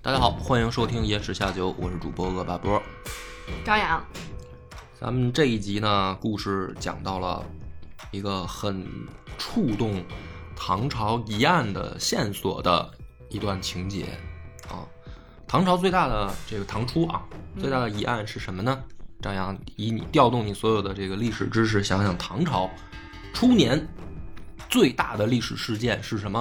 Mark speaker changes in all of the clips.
Speaker 1: 大家好，欢迎收听《野史下酒》，我是主播恶霸波。
Speaker 2: 张扬，
Speaker 1: 咱们这一集呢，故事讲到了一个很触动唐朝疑案的线索的一段情节啊。唐朝最大的这个唐初啊，最大的疑案是什么呢？张扬，以你调动你所有的这个历史知识，想想唐朝初年最大的历史事件是什么？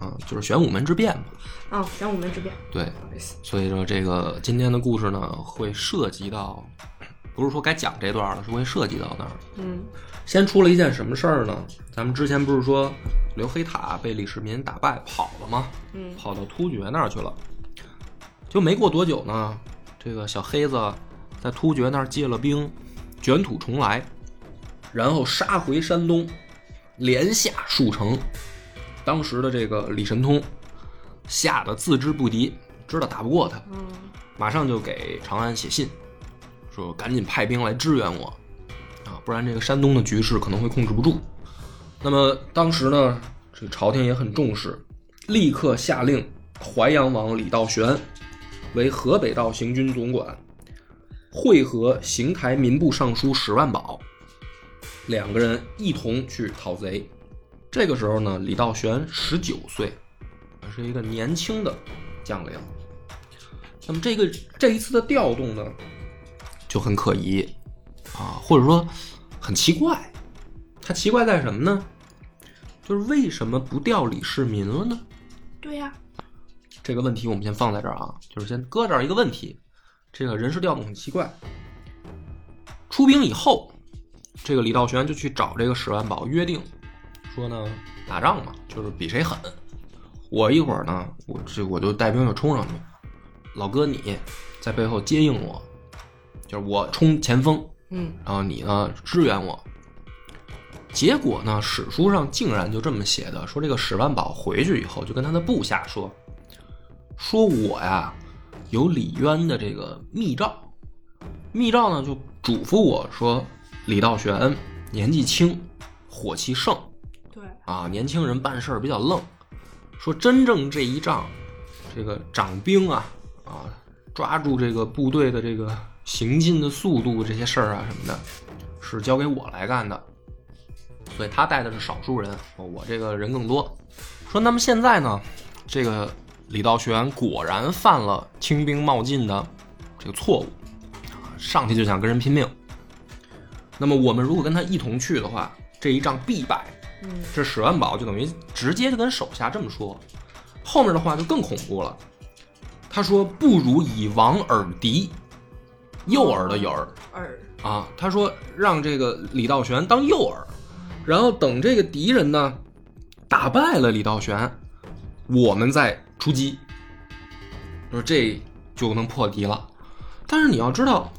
Speaker 1: 啊，就是玄武门之变嘛。
Speaker 2: 嗯、哦，玄武门之变，
Speaker 1: 对，
Speaker 2: 不好意思，
Speaker 1: 所以说，这个今天的故事呢，会涉及到， 不是说该讲这段了，是会涉及到那儿。
Speaker 2: 嗯，
Speaker 1: 先出了一件什么事儿呢？咱们之前不是说刘黑塔被李世民打败跑了吗？
Speaker 2: 嗯
Speaker 1: 跑到突厥那儿去了。就没过多久呢，这个小黑子在突厥那儿借了兵，卷土重来，然后杀回山东，连下数城。当时的这个李神通吓得自知不敌，知道打不过他，
Speaker 2: 嗯
Speaker 1: 马上就给长安写信，说赶紧派兵来支援我，啊，不然这个山东的局势可能会控制不住。那么当时呢，这朝廷也很重视，立刻下令淮阳王李道玄为河北道行军总管，会合邢台民部尚书史万宝，两个人一同去讨贼。这个时候呢，李道玄十九岁，是一个年轻的将领。那么这个这一次的调动呢，就很可疑啊，或者说很奇怪。它奇怪在什么呢？就是为什么不调李世民了呢？
Speaker 2: 对呀、
Speaker 1: 这个问题我们先放在这儿啊，就是先搁这儿一个问题。这个人事调动很奇怪。出兵以后，这个李道玄就去找这个史万宝约定，说呢打仗嘛，就是比谁狠。我一会儿呢，我这我就带兵就冲上去，老哥你在背后接应我，就是我冲前锋，
Speaker 2: 嗯，
Speaker 1: 然后你呢支援我。结果呢，史书上竟然就这么写的，说这个史万宝回去以后就跟他的部下说，说我呀有李渊的这个密诏，密诏呢就嘱咐我说，李道玄年纪轻，火气盛
Speaker 2: 对，
Speaker 1: 啊，年轻人办事儿比较愣，说真正这一仗，这个掌兵啊啊，抓住这个部队的这个行进的速度这些事儿啊什么的，是交给我来干的。所以他带的是少数人，哦我这个人更多。说那么现在呢，这个李道玄果然犯了轻兵冒进的这个错误，啊上去就想跟人拼命。那么我们如果跟他一同去的话，这一仗必败。
Speaker 2: 嗯
Speaker 1: 这史万宝就等于直接就跟手下这么说，后面的话就更恐怖了。他说：“不如以王耳敌，右耳的有耳
Speaker 2: 耳，
Speaker 1: 啊。”他说：“让这个李道玄当右耳，然后等这个敌人呢打败了李道玄，我们再出击。”说这就能破敌了。但是你要知道，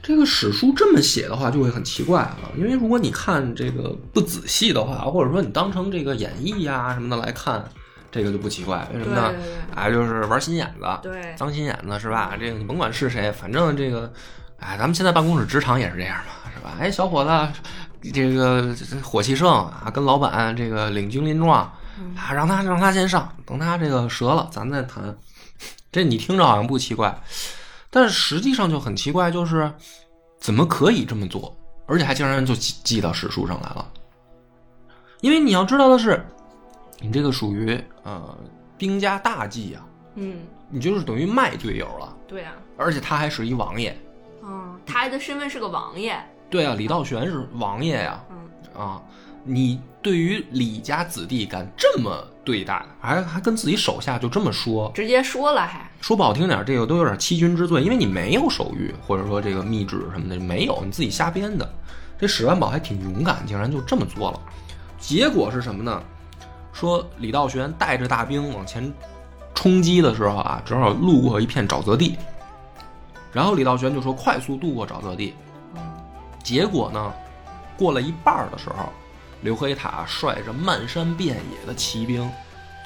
Speaker 1: 这个史书这么写的话，就会很奇怪啊。因为如果你看这个不仔细的话，或者说你当成这个演义呀、什么的来看，这个就不奇怪。为什么呢
Speaker 2: 对对？
Speaker 1: 哎，就是玩心眼子，
Speaker 2: 对
Speaker 1: 当心眼子是吧？这个你甭管是谁，反正这个，哎，咱们现在办公室职场也是这样嘛，是吧？哎，小伙子，这个火气盛啊，跟老板这个领军临状啊，让他让他先上，等他这个折了，咱再谈。这你听着好像不奇怪，但是实际上就很奇怪，就是怎么可以这么做，而且还竟然就记记到史书上来了。因为你要知道的是，你这个属于呃兵家大忌啊，
Speaker 2: 嗯，
Speaker 1: 你就是等于卖队友了，
Speaker 2: 对啊，
Speaker 1: 而且他还是一王爷。
Speaker 2: 嗯，他的身份是个王爷，
Speaker 1: 对啊，李道玄是王爷呀、
Speaker 2: 嗯，
Speaker 1: 啊，你对于李家子弟敢这么对待，还还跟自己手下就这么说，
Speaker 2: 直接说了还，
Speaker 1: 说不好听点儿，这个都有点欺君之罪，因为你没有手谕，或者说这个密旨什么的没有，你自己瞎编的。这史万宝还挺勇敢，竟然就这么做了。结果是什么呢？说李道玄带着大兵往前冲击的时候啊，正好路过一片沼泽地，然后李道玄就说快速渡过沼泽地。
Speaker 2: 哦
Speaker 1: 结果呢，过了一半儿的时候，刘黑塔率着漫山遍野的骑兵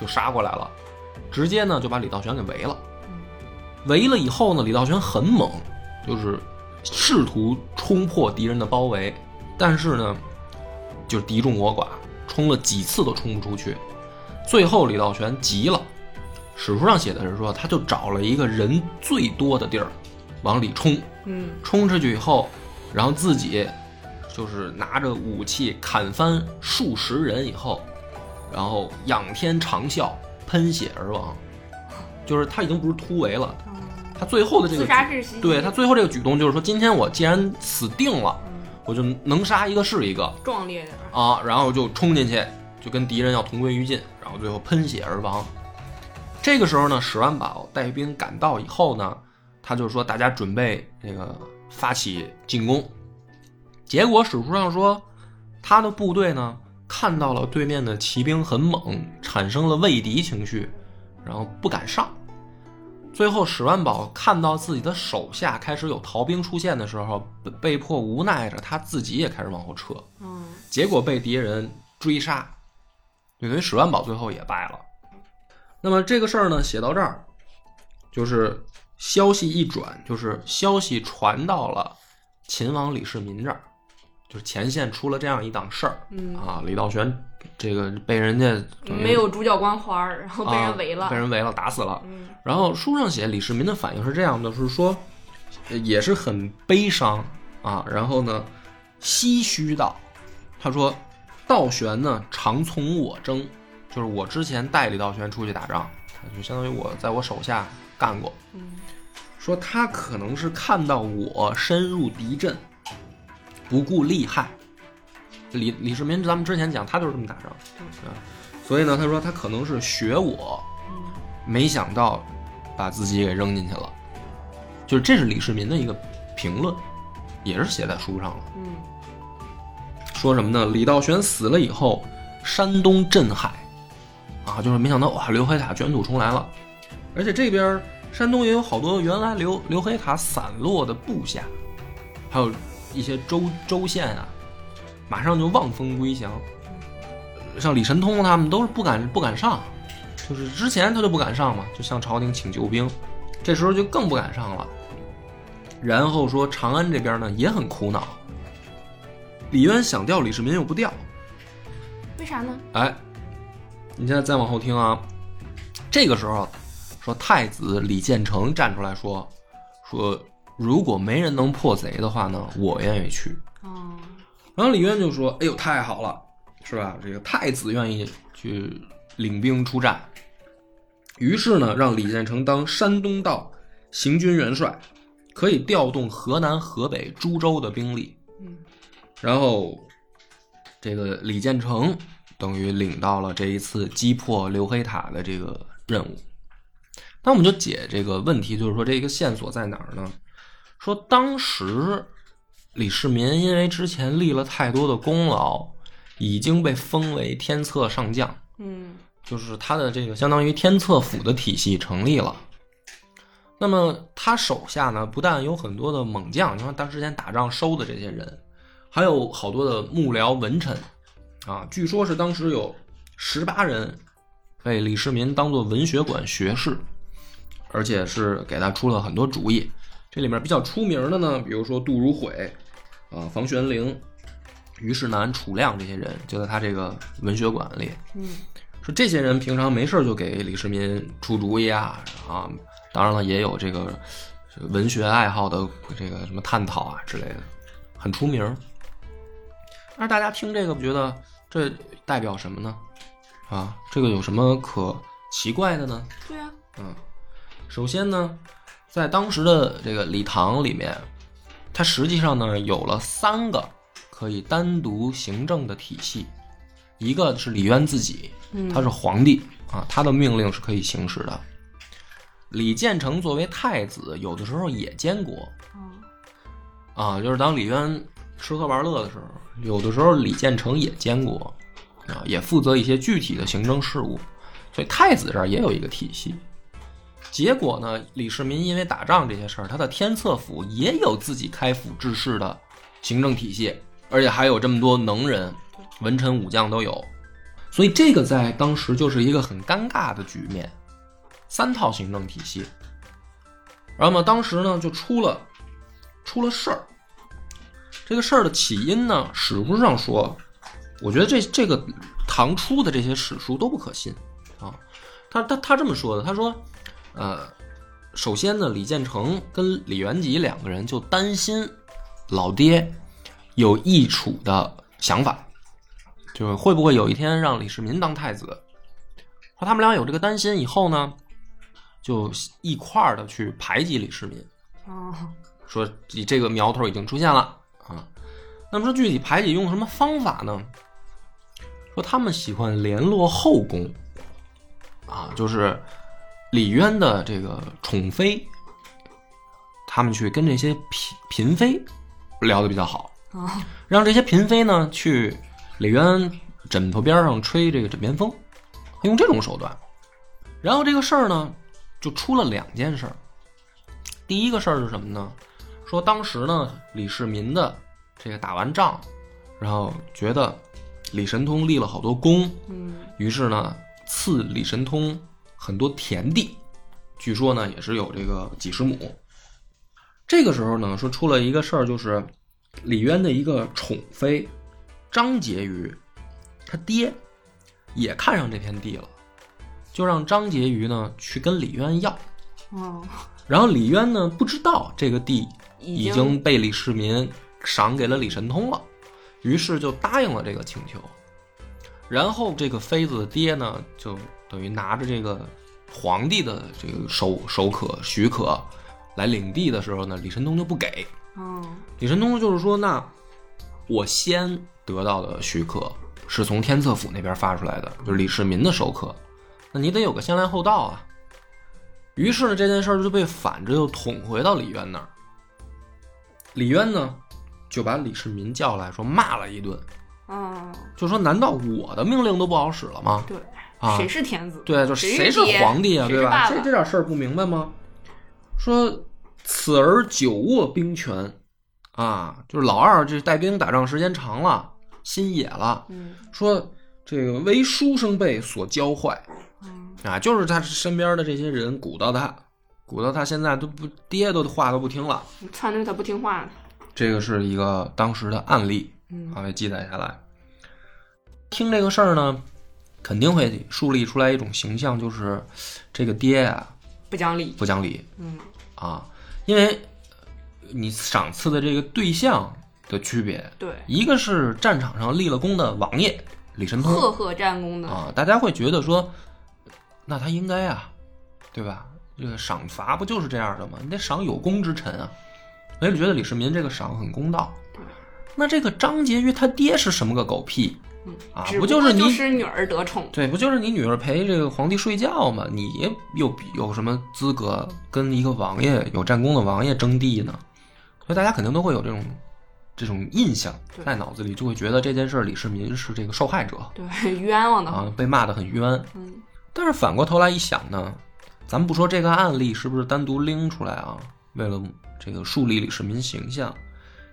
Speaker 1: 就杀过来了，直接呢就把李道玄给围了。围了以后呢，李道玄很猛，就是试图冲破敌人的包围，但是呢，就是敌众我寡，冲了几次都冲不出去。最后李道玄急了，史书上写的是说，他就找了一个人最多的地儿，往里冲，
Speaker 2: 嗯，
Speaker 1: 冲出去以后，然后自己就是拿着武器砍翻数十人以后，然后仰天长啸，喷血而亡。就是他已经不是突围了，
Speaker 2: 嗯
Speaker 1: 他最后的这个
Speaker 2: 自
Speaker 1: 举
Speaker 2: 杀式袭击，
Speaker 1: 对他最后这个举动就是说，今天我既然死定了，
Speaker 2: 嗯
Speaker 1: 我就能杀一个是一个
Speaker 2: 壮烈点儿，
Speaker 1: 啊，然后就冲进去，就跟敌人要同归于尽，然后最后喷血而亡。这个时候呢，史万宝带兵赶到以后呢，他就说大家准备这个发起进攻。结果史书上说，他的部队呢看到了对面的骑兵很猛，产生了畏敌情绪，然后不敢上。最后，史万宝看到自己的手下开始有逃兵出现的时候，被被迫无奈着，他自己也开始往后撤。
Speaker 2: 嗯，
Speaker 1: 结果被敌人追杀，就等于史万宝最后也败了。那么这个事儿呢，写到这儿，就是消息一转，就是消息传到了秦王李世民这儿，就是前线出了这样一档事儿、
Speaker 2: 嗯
Speaker 1: 啊，李道玄这个被人家等于
Speaker 2: 没有主角光环儿，然后被
Speaker 1: 啊
Speaker 2: 人围了
Speaker 1: 被，人围了，打死了。
Speaker 2: 嗯
Speaker 1: 然后书上写李世民的反应是这样的，是说，呃也是很悲伤啊，然后呢，唏嘘道，他说，道玄呢常从我征，就是我之前带李道玄出去打仗，就相当于我在我手下干过，
Speaker 2: 嗯
Speaker 1: 说他可能是看到我深入敌阵，不顾利害。李李世民，咱们之前讲，他就是这么打仗，啊，所以呢，他说他可能是学我，
Speaker 2: 嗯
Speaker 1: 没想到把自己给扔进去了，就是这是李世民的一个评论，也是写在书上了，
Speaker 2: 嗯，
Speaker 1: 说什么呢？李道玄死了以后，山东震海，啊，就是没想到哇，刘黑塔卷土重来了，而且这边儿山东也有好多原来刘刘黑塔散落的部下，还有一些州州县啊，马上就望风归降，像李神通他们都是不敢不敢上，就是之前他就不敢上嘛，就向朝廷请救兵，这时候就更不敢上了。然后说长安这边呢也很苦恼，李渊想调李世民又不调，
Speaker 2: 为啥呢？
Speaker 1: 哎，你现在再往后听啊，这个时候说太子李建成站出来说说如果没人能破贼的话呢，我愿意去。
Speaker 2: 哦，
Speaker 1: 然后李渊就说：“哎呦，太好了，是吧？这个太子愿意去领兵出战。”于是呢，让李建成当山东道行军元帅，可以调动河南、河北诸州的兵力。
Speaker 2: 嗯
Speaker 1: 然后，这个李建成等于领到了这一次击破刘黑塔的这个任务。那我们就解这个问题，就是说这个线索在哪儿呢？说当时李世民因为之前立了太多的功劳，已经被封为天策上将，
Speaker 2: 嗯
Speaker 1: 就是他的这个相当于天策府的体系成立了。那么他手下呢，不但有很多的猛将，你看他之前打仗收的这些人，还有好多的幕僚文臣，啊，据说是当时有十八人被李世民当做文学馆学士，而且是给他出了很多主意。这里面比较出名的呢，比如说杜如晦，啊，房玄龄、虞世南、褚亮这些人，就在他这个文学馆里。
Speaker 2: 嗯
Speaker 1: 说这些人平常没事儿就给李世民出主意啊啊，当然了，也有这个这个文学爱好的这个什么探讨啊之类的，很出名儿。但是大家听这个，觉得这代表什么呢？啊，这个有什么可奇怪的呢？
Speaker 2: 对啊，
Speaker 1: 嗯，首先呢，在当时的这个礼堂里面，它实际上呢有了三个可以单独行政的体系，一个是李渊自己，
Speaker 2: 嗯
Speaker 1: 他是皇帝啊，他的命令是可以行使的。李建成作为太子，有的时候也监国
Speaker 2: 哦
Speaker 1: 啊，就是当李渊吃喝玩乐的时候，有的时候李建成也监国啊，也负责一些具体的行政事务，所以太子这儿也有一个体系。结果呢，李世民因为打仗这些事儿，他的天策府也有自己开府治世的行政体系，而且还有这么多能人，文臣武将都有，所以这个在当时就是一个很尴尬的局面，三套行政体系。然后呢，当时呢就出了出了事儿，这个事儿的起因呢，史书上说，我觉得这这个唐初的这些史书都不可信啊。他他他这么说的，他说，呃，首先呢，李建成跟李元吉两个人就担心老爹有易楚的想法，就是会不会有一天让李世民当太子。说他们俩有这个担心以后呢，就一块儿的去排挤李世民，
Speaker 2: 哦，
Speaker 1: 说你这个苗头已经出现了啊。那么说具体排挤用什么方法呢？说他们喜欢联络后宫，啊，就是李渊的这个宠妃，他们去跟这些嫔嫔妃聊的比较好，
Speaker 2: 哦，
Speaker 1: 让这些嫔妃呢去李渊枕头边上吹这个枕边风，用这种手段。然后这个事儿呢，就出了两件事儿。第一个事儿是什么呢？说当时呢，李世民的这个打完仗，然后觉得李神通立了好多功，
Speaker 2: 嗯，
Speaker 1: 于是呢赐李神通很多田地，据说呢也是有这个几十亩。这个时候呢，说出了一个事儿，就是李渊的一个宠妃张婕妤，他爹也看上这片地了，就让张婕妤呢去跟李渊要。
Speaker 2: 哦，
Speaker 1: 然后李渊呢不知道这个地
Speaker 2: 已
Speaker 1: 已经被李世民赏给了李神通了，于是就答应了这个请求。然后这个妃子的爹呢，就等于拿着这个皇帝的这个手手可许可来领地的时候呢，李神通就不给。
Speaker 2: 哦，
Speaker 1: 李神通就是说，那我先得到的许可是从天策府那边发出来的，就是李世民的授课，那你得有个先来后到啊。于是呢，这件事儿就被反着又捅回到李渊那儿。李渊呢，就把李世民叫来说骂了一顿，
Speaker 2: 哦，
Speaker 1: 就说：“难道我的命令都不好使了吗？
Speaker 2: 对，
Speaker 1: 啊，
Speaker 2: 谁是天子？
Speaker 1: 对，就谁
Speaker 2: 谁
Speaker 1: 是
Speaker 2: 是爹
Speaker 1: 皇帝啊，
Speaker 2: 谁是
Speaker 1: 对吧？
Speaker 2: 爸
Speaker 1: 这
Speaker 2: 爸
Speaker 1: 这点事儿不明白吗？说此儿久握兵权，啊，就是老二这带兵打仗时间长了，心野了，
Speaker 2: 嗯，
Speaker 1: 说这个为书生辈所教坏，
Speaker 2: 嗯
Speaker 1: 啊，就是他身边的这些人鼓捣他，鼓捣他现在都不爹都话都不听了，
Speaker 2: 篡对他不听话，
Speaker 1: 这个是一个当时的案例。
Speaker 2: 嗯，
Speaker 1: 啊，被记载下来。听这个事儿呢，肯定会树立出来一种形象，就是这个爹啊
Speaker 2: 不讲理，
Speaker 1: 不讲理
Speaker 2: 嗯，
Speaker 1: 啊，因为呃你赏赐的这个对象的区别，
Speaker 2: 对，
Speaker 1: 一个是战场上立了功的王爷李神通
Speaker 2: 赫赫战功的，
Speaker 1: 啊，大家会觉得说，那他应该啊，对吧？这个赏罚不就是这样的吗？你得赏有功之臣啊，所以觉得李世民这个赏很公道。
Speaker 2: 对
Speaker 1: 那这个张婕妤她爹是什么个狗屁？
Speaker 2: 嗯
Speaker 1: 啊，
Speaker 2: 只
Speaker 1: 不
Speaker 2: 就
Speaker 1: 就是你、
Speaker 2: 就是女儿得宠，
Speaker 1: 对，不就是你女儿陪这个皇帝睡觉吗？你有有什么资格跟一个王爷有战功的王爷争地呢？所以大家肯定都会有这种这种印象
Speaker 2: 对
Speaker 1: 在脑子里，就会觉得这件事儿李世民是这个受害者
Speaker 2: 对， 冤枉的，
Speaker 1: 啊，被骂得很冤。
Speaker 2: 嗯，
Speaker 1: 但是反过头来一想呢，咱们不说这个案例是不是单独拎出来啊，为了这个树立李世民形象，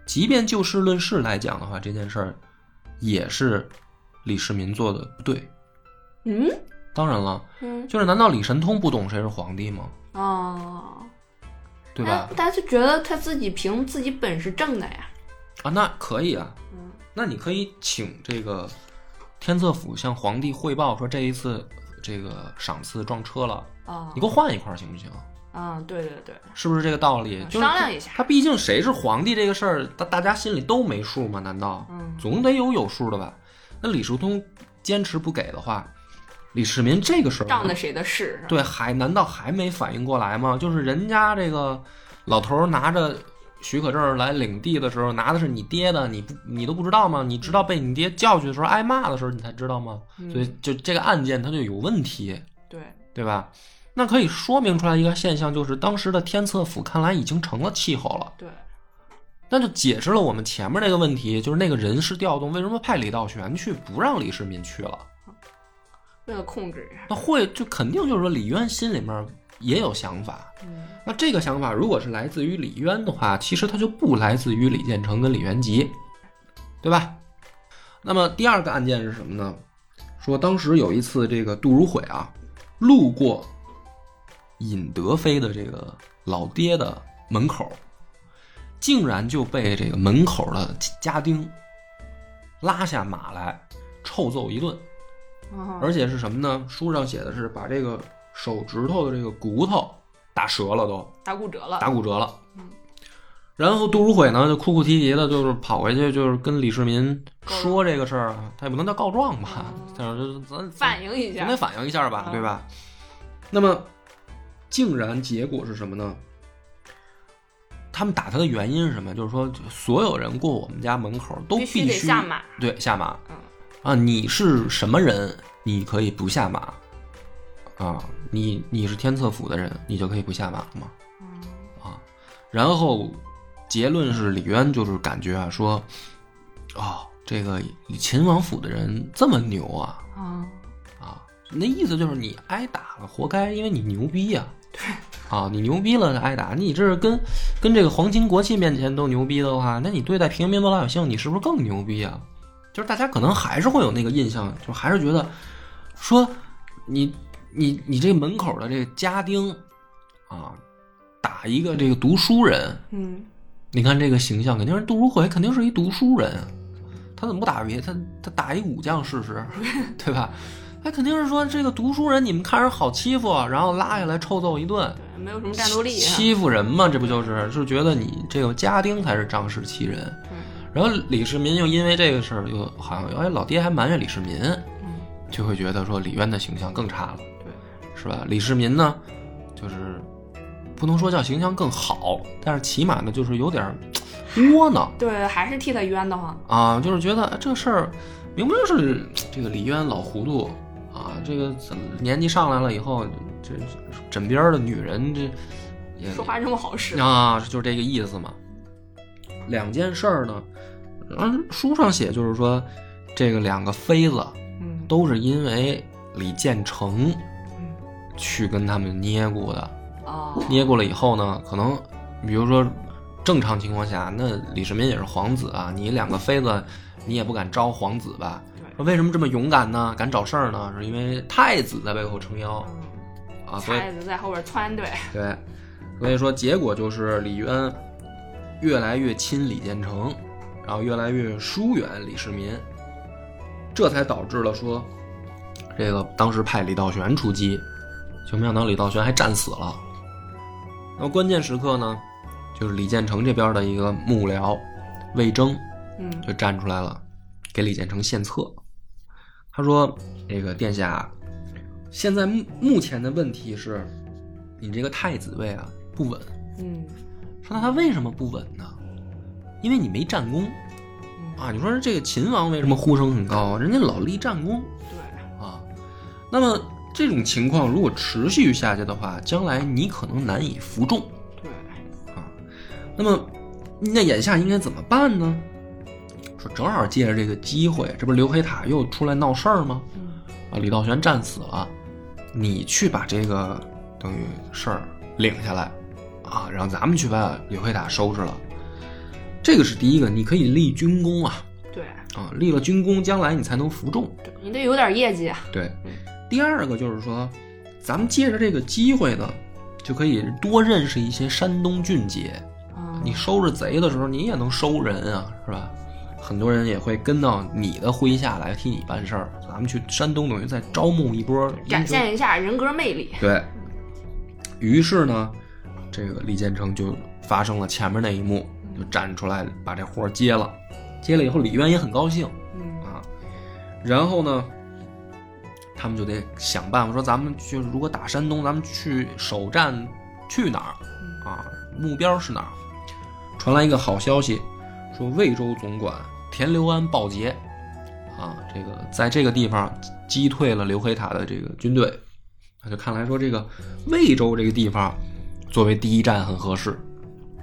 Speaker 1: 即便就事论事来讲的话，这件事儿也是李世民做的不对。
Speaker 2: 嗯，
Speaker 1: 当然了，
Speaker 2: 嗯，
Speaker 1: 就是难道李神通不懂谁是皇帝吗？
Speaker 2: 哦，
Speaker 1: 对吧？
Speaker 2: 但但是觉得他自己凭自己本事挣的呀，
Speaker 1: 啊，那可以啊，
Speaker 2: 嗯，
Speaker 1: 那你可以请这个天策府向皇帝汇报说这一次这个赏赐撞车了，
Speaker 2: 啊
Speaker 1: 你给我换一块儿行不行？
Speaker 2: 啊，对对对，嗯
Speaker 1: 是不是这个道理？就是
Speaker 2: 商量一下
Speaker 1: 他毕竟谁是皇帝这个事儿，大大家心里都没数吗？难道
Speaker 2: 嗯
Speaker 1: 总得有有数的吧？那李叔通坚持不给的话，李世民这个时候
Speaker 2: 仗的谁的事是吧？
Speaker 1: 对还难道还没反应过来吗？就是人家这个老头儿拿着许可证来领地的时候，拿的是你爹的，你不你都不知道吗？你知道被你爹教训的时候挨骂的时候，你才知道吗？
Speaker 2: 嗯
Speaker 1: 所以就这个案件它就有问题。
Speaker 2: 对，
Speaker 1: 对吧？那可以说明出来一个现象，就是当时的天策府看来已经成了气候了，
Speaker 2: 对，
Speaker 1: 那就解释了我们前面那个问题，就是那个人事调动为什么派李道玄去，不让李世民去了？
Speaker 2: 为了控制一下，
Speaker 1: 那会就肯定就是说李渊心里面也有想法。
Speaker 2: 嗯
Speaker 1: 那这个想法如果是来自于李渊的话，其实它就不来自于李建成跟李元吉，对吧？那么第二个案件是什么呢？说当时有一次这个杜如晦啊，路过尹德妃的这个老爹的门口，竟然就被这个门口的家丁拉下马来臭揍一顿。
Speaker 2: 哦
Speaker 1: 而且是什么呢？书上写的是把这个手指头的这个骨头打折了都，
Speaker 2: 打骨折了，
Speaker 1: 打骨折了
Speaker 2: 嗯。
Speaker 1: 然后杜如晦呢，就哭哭啼啼的，就是跑回去，就是跟李世民说这个事儿，啊他也不能叫告状吧
Speaker 2: 嗯，
Speaker 1: 但是就是咱
Speaker 2: 反应一
Speaker 1: 总
Speaker 2: 下
Speaker 1: 得，反映一下吧，
Speaker 2: 嗯
Speaker 1: 对吧？那么，竟然结果是什么呢？他们打他的原因是什么？就是说，所有人过我们家门口都
Speaker 2: 必须得下马。
Speaker 1: 对，下马。
Speaker 2: 嗯
Speaker 1: 啊，你是什么人？你可以不下马。啊，你你是天策府的人，你就可以不下马了吗？
Speaker 2: 嗯
Speaker 1: 啊，然后结论是李渊就是感觉啊说，哦，这个秦王府的人这么牛啊
Speaker 2: 啊，
Speaker 1: 啊，那意思就是你挨打了活该，因为你牛逼呀、啊。你牛逼了挨打，你这是跟跟这个皇亲国戚面前都牛逼的话，那你对待平民老百姓，你是不是更牛逼啊？就是大家可能还是会有那个印象，就还是觉得说你你你这门口的这个家丁啊，打一个这个读书人，
Speaker 2: 嗯
Speaker 1: 你看这个形象，肯定是杜如晦，肯定是一读书人，啊他怎么不打别他他打一武将试 试，对吧？他肯定是说这个读书人，你们看人好欺负，啊然后拉下来臭揍一顿，
Speaker 2: 对，没有什么战斗力啊，
Speaker 1: 欺负人嘛，这不就是就觉得你这个家丁才是仗势欺人。
Speaker 2: 嗯
Speaker 1: 然后李世民又因为这个事儿，又好像哎老爹还埋怨李世民，
Speaker 2: 嗯，
Speaker 1: 就会觉得说李渊的形象更差了，
Speaker 2: 对，
Speaker 1: 是吧？李世民呢，就是不能说叫形象更好，但是起码呢就是有点儿窝囊。
Speaker 2: 对，还是替他冤得慌，
Speaker 1: 啊，就是觉得哎这事儿明明是这个李渊老糊涂啊，这个怎么年纪上来了以后，这这枕边儿的女人这也
Speaker 2: 说话这么好使，
Speaker 1: 啊，就是这个意思嘛。两件事儿呢，嗯，书上写就是说，这个两个妃子
Speaker 2: 嗯
Speaker 1: 都是因为李建成
Speaker 2: 嗯
Speaker 1: 去跟他们捏过的，
Speaker 2: 哦，
Speaker 1: 捏过了以后呢，可能比如说正常情况下，那李世民也是皇子啊，你两个妃子，你也不敢招皇子吧？
Speaker 2: 对
Speaker 1: 说为什么这么勇敢呢？敢找事儿呢？是因为太子在背后撑腰
Speaker 2: 嗯
Speaker 1: 啊，所以
Speaker 2: 菜子在后边撺掇，
Speaker 1: 对，所以说结果就是李渊越来越亲李建成，然后越来越疏远李世民，这才导致了说这个当时派李道玄出击，就没想到李道玄还战死了。那么关键时刻呢，就是李建成这边的一个幕僚魏征
Speaker 2: 嗯
Speaker 1: 就站出来了，给李建成献策。他说：“这个殿下，现在目目前的问题是，你这个太子位啊不稳。
Speaker 2: 嗯
Speaker 1: 说那他为什么不稳呢？因为你没战功
Speaker 2: 嗯，
Speaker 1: 啊！你说这个秦王为什么呼声很高？人家老立战功
Speaker 2: 嗯对，
Speaker 1: 啊。那么这种情况如果持续下去的话，将来你可能难以服众。
Speaker 2: 对，
Speaker 1: 那么，那眼下应该怎么办呢？说正好借着这个机会，这不是刘黑塔又出来闹事儿吗？
Speaker 2: 嗯
Speaker 1: 啊，李道玄战死了，你去把这个等于事儿领下来，啊，然后咱们去把刘黑塔收拾了。这个是第一个，你可以立军功啊，
Speaker 2: 对
Speaker 1: 啊，立了军功，将来你才能服众。
Speaker 2: 对，你得有点业绩啊，
Speaker 1: 对
Speaker 2: 嗯，
Speaker 1: 第二个就是说，咱们借着这个机会呢，就可以多认识一些山东俊杰。
Speaker 2: 嗯
Speaker 1: 你收拾贼的时候，你也能收人啊，是吧？很多人也会跟到你的麾下来替你办事儿。咱们去山东，等于再招募一波英雄
Speaker 2: 展现一下人格魅力，
Speaker 1: 对于是呢，这个李建成就发生了前面那一幕，就站出来把这活儿接了。接了以后，李渊也很高兴
Speaker 2: 嗯
Speaker 1: 啊。然后呢，他们就得想办法说，咱们就是如果打山东，咱们去首战去哪儿？
Speaker 2: 嗯
Speaker 1: 啊，目标是哪儿？传来一个好消息，说魏州总管田留安报捷，啊，这个在这个地方击退了刘黑塔的这个军队，那就看来说这个魏州这个地方作为第一站很合适，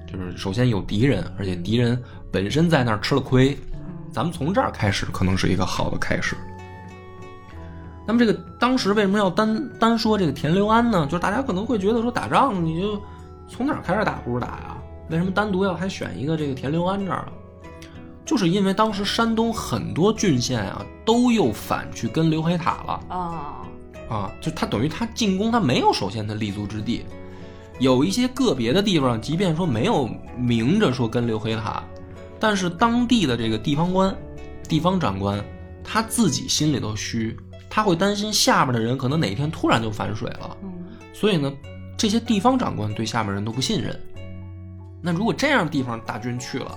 Speaker 1: 就是首先有敌人，而且敌人本身在那儿吃了亏，咱们从这儿开始可能是一个好的开始。那么这个当时为什么要单单说这个田留安呢？就是大家可能会觉得说打仗你就从哪儿开始打不是打呀？为什么单独要还选一个这个田留安这儿啊？就是因为当时山东很多郡县啊都又反去跟刘海塔了
Speaker 2: 啊，
Speaker 1: 啊，就他等于他进攻他没有首先的立足之地，有一些个别的地方，即便说没有明着说跟刘黑塔，但是当地的这个地方官、地方长官他自己心里都虚，他会担心下面的人可能哪天突然就反水了，
Speaker 2: 嗯
Speaker 1: 所以呢，这些地方长官对下面人都不信任。那如果这样的地方大军去了，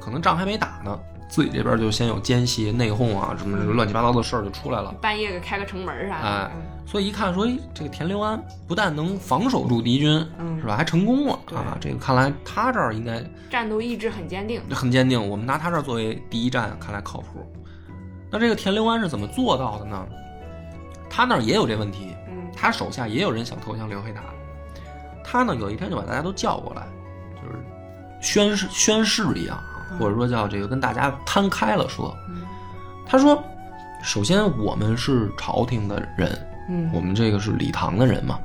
Speaker 1: 可能仗还没打呢，自己这边就先有奸细、内讧啊，什么乱七八糟的事儿就出来了。
Speaker 2: 半夜给开个城门啥的
Speaker 1: 哎，所以一看说，哎这个田留安不但能防守住敌军，
Speaker 2: 嗯
Speaker 1: 是吧？还成功了
Speaker 2: 对
Speaker 1: 啊！这个看来他这儿应该
Speaker 2: 嗯战斗意志很坚定。
Speaker 1: 很坚定，我们拿他这儿作为第一站，看来靠谱。那这个田留安是怎么做到的呢？他那儿也有这问题，
Speaker 2: 嗯
Speaker 1: 他手下也有人想投降刘黑塔，他呢有一天就把大家都叫过来，就是宣誓宣誓一样啊，
Speaker 2: 嗯
Speaker 1: 或者说叫这个跟大家摊开了说。
Speaker 2: 嗯
Speaker 1: 他说，首先我们是朝廷的人，我
Speaker 2: 嗯
Speaker 1: 们这个是李唐的人嘛，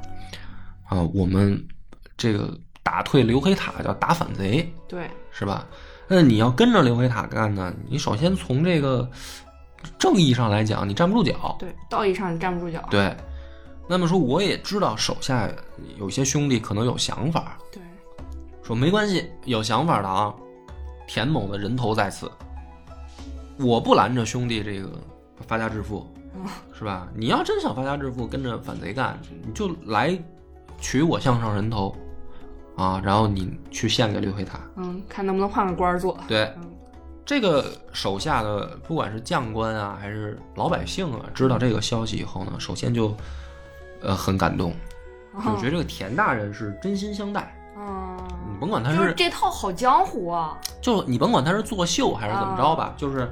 Speaker 1: 啊，我们这个打退刘黑塔叫打反贼，
Speaker 2: 对，
Speaker 1: 是吧？那你要跟着刘黑塔干呢，你首先从这个正义上来讲，你站不住脚。
Speaker 2: 对，道义上你站不住脚。
Speaker 1: 对，那么说我也知道手下有些兄弟可能有想法，
Speaker 2: 对，
Speaker 1: 说没关系，有想法的啊，田某的人头在此，我不拦着兄弟这个发家致富，
Speaker 2: 嗯
Speaker 1: 是吧？你要真想发家致富，跟着反贼干，你就来取我项上人头啊，然后你去献给刘黑塔。
Speaker 2: 嗯，看能不能换个官儿做。
Speaker 1: 对，
Speaker 2: 嗯
Speaker 1: 这个手下的不管是将官啊，还是老百姓啊，知道这个消息以后呢，首先就呃很感动，就
Speaker 2: 哦
Speaker 1: 觉得这个田大人是真心相待。
Speaker 2: 嗯，
Speaker 1: 你甭管他
Speaker 2: 就是
Speaker 1: 是
Speaker 2: 这套好江湖啊。
Speaker 1: 就你甭管他是作秀还是怎么着吧，就是，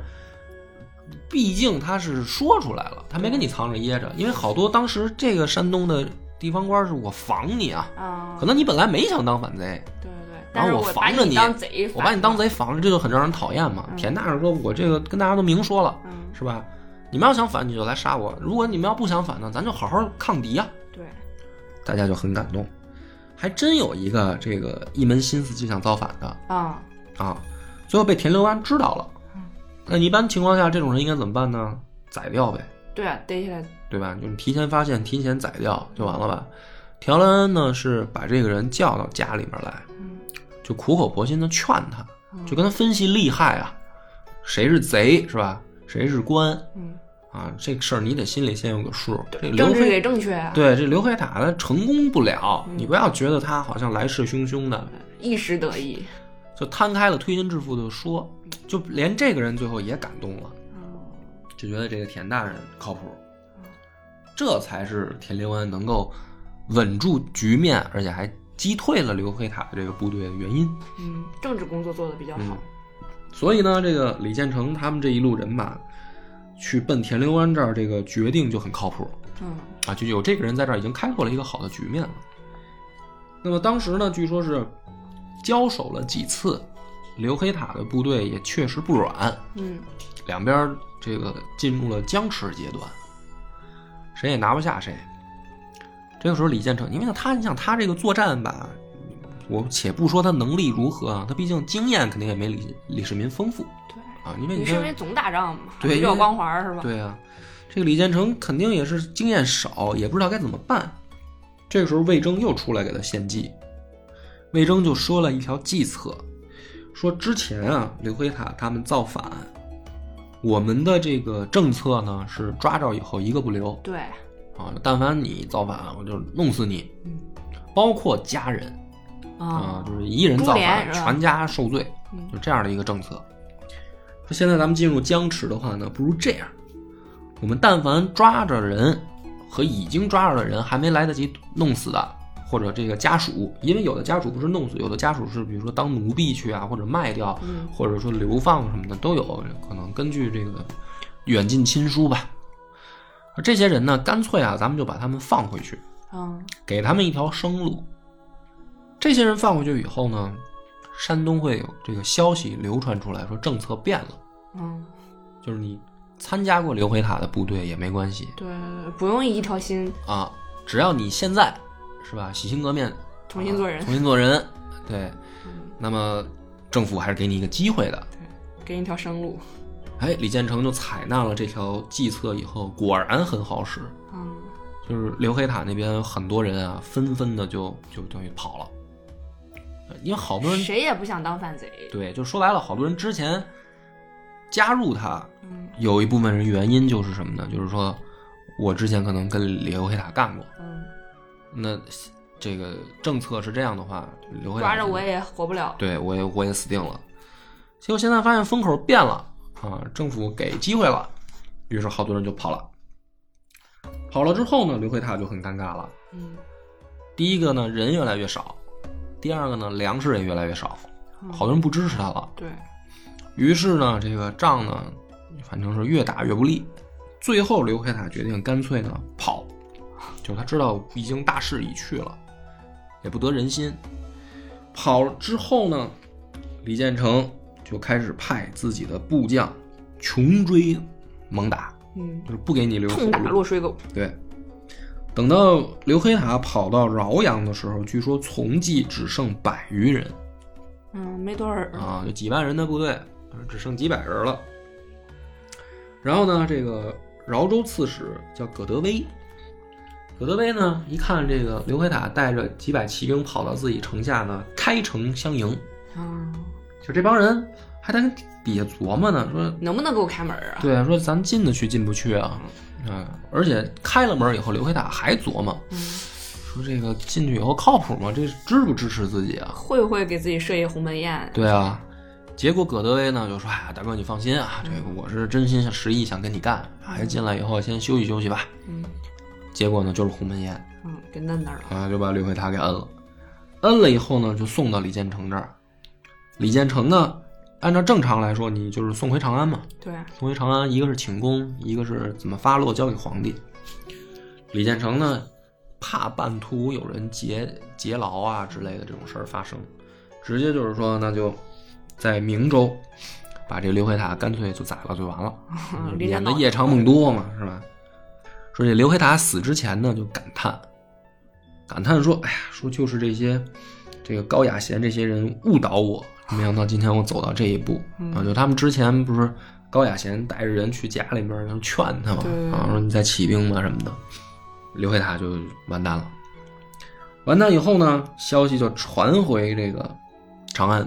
Speaker 1: 毕竟他是说出来了，他没跟你藏着掖着，因为好多当时这个山东的地方官是我防你啊，
Speaker 2: 啊，
Speaker 1: 可能你本来没想当反贼，
Speaker 2: 对对对，
Speaker 1: 然
Speaker 2: 但
Speaker 1: 后
Speaker 2: 是
Speaker 1: 我
Speaker 2: 把
Speaker 1: 防着你
Speaker 2: 你当贼，
Speaker 1: 我把你当，贼防着，这就很让人讨厌嘛。
Speaker 2: 嗯
Speaker 1: 田大人说，我这个跟大家都明说了，
Speaker 2: 嗯，
Speaker 1: 是吧？你们要想反，你就来杀我；如果你们要不想反呢，咱就好好抗敌啊！
Speaker 2: 对，
Speaker 1: 大家就很感动，还真有一个这个一门心思就想造反的，
Speaker 2: 啊，
Speaker 1: 啊，最后被田留安知道了
Speaker 2: 嗯。
Speaker 1: 那一般情况下，这种人应该怎么办呢？宰掉呗，
Speaker 2: 对啊，逮起来，
Speaker 1: 对吧？就是提前发现，提前宰掉就完了吧。田留安呢是把这个人叫到家里面来，
Speaker 2: 嗯，
Speaker 1: 就苦口婆心的劝他，
Speaker 2: 嗯
Speaker 1: 就跟他分析利害啊，谁是贼是吧？谁是官
Speaker 2: 嗯，
Speaker 1: 啊？这个事儿你得心里先有个数。这刘
Speaker 2: 政治嗯
Speaker 1: 黑
Speaker 2: 也正确啊，
Speaker 1: 对这刘黑塔他成功不了，你不要觉得他好像来势汹汹的，
Speaker 2: 一时得意，
Speaker 1: 就摊开了推心置腹的说，就连这个人最后也感动了。
Speaker 2: 嗯
Speaker 1: 就觉得这个田大人靠谱，这才是田留安能够稳住局面，而且还击退了刘黑塔的这个部队的原因。
Speaker 2: 嗯，政治工作做得比较好，
Speaker 1: 所以呢，这个李建成他们这一路人马去奔田留安这儿，这个决定就很靠谱
Speaker 2: 嗯
Speaker 1: 啊，就有这个人在这儿已经开拓了一个好的局面了。那么当时呢，据说是交手了几次，刘黑塔的部队也确实不软，
Speaker 2: 嗯
Speaker 1: 两边儿这个进入了僵持阶段，谁也拿不下谁。这个时候，李建成，因为他你想他这个作战吧，我且不说他能力如何啊，他毕竟经验肯定也没李李世民丰富
Speaker 2: 对，
Speaker 1: 啊，因为
Speaker 2: 你
Speaker 1: 你
Speaker 2: 是因为
Speaker 1: 看，
Speaker 2: 总打仗嘛，
Speaker 1: 对
Speaker 2: 比
Speaker 1: 因
Speaker 2: 较
Speaker 1: 为
Speaker 2: 光环儿是吧？
Speaker 1: 对啊，这个李建成肯定也是经验少，也不知道该怎么办。这个时候，魏征又出来给他献计，魏征就说了一条计策，说之前啊，刘黑塔他们造反，我们的这个政策呢是抓着以后一个不留
Speaker 2: 对，
Speaker 1: 啊，但凡你造反，我就弄死你，
Speaker 2: 嗯
Speaker 1: 包括家人啊，
Speaker 2: 啊，
Speaker 1: 就是一人造
Speaker 2: 株连
Speaker 1: 反，
Speaker 2: 是吧
Speaker 1: 全家受罪，
Speaker 2: 嗯
Speaker 1: 就这样的一个政策。说现在咱们进入僵持的话呢，不如这样，我们但凡抓着人和已经抓着的人还没来得及弄死的，或者这个家属，因为有的家属不是弄死，有的家属是比如说当奴婢去啊，或者卖掉，
Speaker 2: 嗯
Speaker 1: 或者说流放什么的都有，可能根据这个远近亲疏吧。而这些人呢，干脆啊，咱们就把他们放回去，
Speaker 2: 啊
Speaker 1: 给他们一条生路。这些人放回去以后呢，山东会有这个消息流传出来，说政策变了，
Speaker 2: 嗯
Speaker 1: 就是你参加过刘回塔的部队也没关系
Speaker 2: 对，不用一条心，
Speaker 1: 啊，只要你现在是吧，洗心革面，
Speaker 2: 重新做人
Speaker 1: 啊重新做人，对，
Speaker 2: 嗯
Speaker 1: 那么政府还是给你一个机会的。
Speaker 2: 给你一条生路。
Speaker 1: 哎，李建成就采纳了这条计策以后，果然很好使。
Speaker 2: 嗯，
Speaker 1: 就是刘黑塔那边很多人啊，纷纷的就就等于跑了，呃因为好多人
Speaker 2: 谁也不想当反贼。
Speaker 1: 对，就说白了，好多人之前加入他，
Speaker 2: 嗯
Speaker 1: 有一部分人原因就是什么呢？就是说我之前可能跟刘黑塔干过，
Speaker 2: 嗯，
Speaker 1: 那这个政策是这样的话，刘黑塔
Speaker 2: 抓着我也活不了。
Speaker 1: 对我也我也死定了。结果现在发现风口变了啊，政府给机会了，于是好多人就跑了。跑了之后呢，刘黑塔就很尴尬了。
Speaker 2: 嗯，
Speaker 1: 第一个呢，人越来越少；第二个呢，粮食也越来越少，
Speaker 2: 嗯
Speaker 1: 好多人不支持他了。
Speaker 2: 对，
Speaker 1: 于是呢，这个仗呢，反正是越打越不利。最后，刘黑塔决定干脆呢跑，就是他知道已经大势已去了，也不得人心。跑了之后呢，李建成就开始派自己的部将穷追猛打，
Speaker 2: 嗯，
Speaker 1: 就是不给你留
Speaker 2: 痛打
Speaker 1: 活路
Speaker 2: 落水狗。
Speaker 1: 对，等到刘黑塔跑到饶阳的时候，据说从计只剩百余人
Speaker 2: 嗯，没多少人。
Speaker 1: 啊，就几万人的部队，呃只剩几百人了。然后呢，这个饶州刺史叫葛德威，葛德威呢一看这个刘黑塔带着几百骑兵跑到自己城下呢，开城相迎，
Speaker 2: 嗯，
Speaker 1: 就这帮人还在底下琢磨呢，说
Speaker 2: 能不能给我开门啊？
Speaker 1: 对，说咱进得去进不去啊？嗯，而且开了门以后，刘黑塔还琢磨，
Speaker 2: 嗯
Speaker 1: 说这个进去以后靠谱吗？这支不支持自己啊？
Speaker 2: 会不会给自己设一鸿门宴？
Speaker 1: 对啊，结果葛德威呢就说：“哎呀，大哥你放心啊，这个我是真心实意想跟你干，哎，进来以后先休息休息吧。
Speaker 2: 嗯”
Speaker 1: 结果呢就是鸿门宴
Speaker 2: 嗯，给摁那儿了。
Speaker 1: 啊，就把刘黑塔给摁了。摁了以后呢，就送到李建成这儿。李建成呢，按照正常来说，你就是送回长安嘛，
Speaker 2: 对，
Speaker 1: 送回长安，一个是请功，一个是怎么发落交给皇帝。李建成呢，怕半途有人劫劫牢啊之类的这种事儿发生，直接就是说，那就在明州把这刘黑塔干脆就宰了就完了，
Speaker 2: 离家
Speaker 1: 免
Speaker 2: 闹
Speaker 1: 得夜长梦多嘛，是吧？说这刘黑塔死之前呢，就感叹，感叹说：“哎呀，说就是这些，这个高雅贤这些人误导我，没想到今天我走到这一步、
Speaker 2: 嗯
Speaker 1: 啊！就他们之前不是高雅贤带着人去家里面就劝他嘛
Speaker 2: 对，
Speaker 1: 啊，说你再起兵吧什么的，刘黑塔就完蛋了。完蛋以后呢，消息就传回这个长安，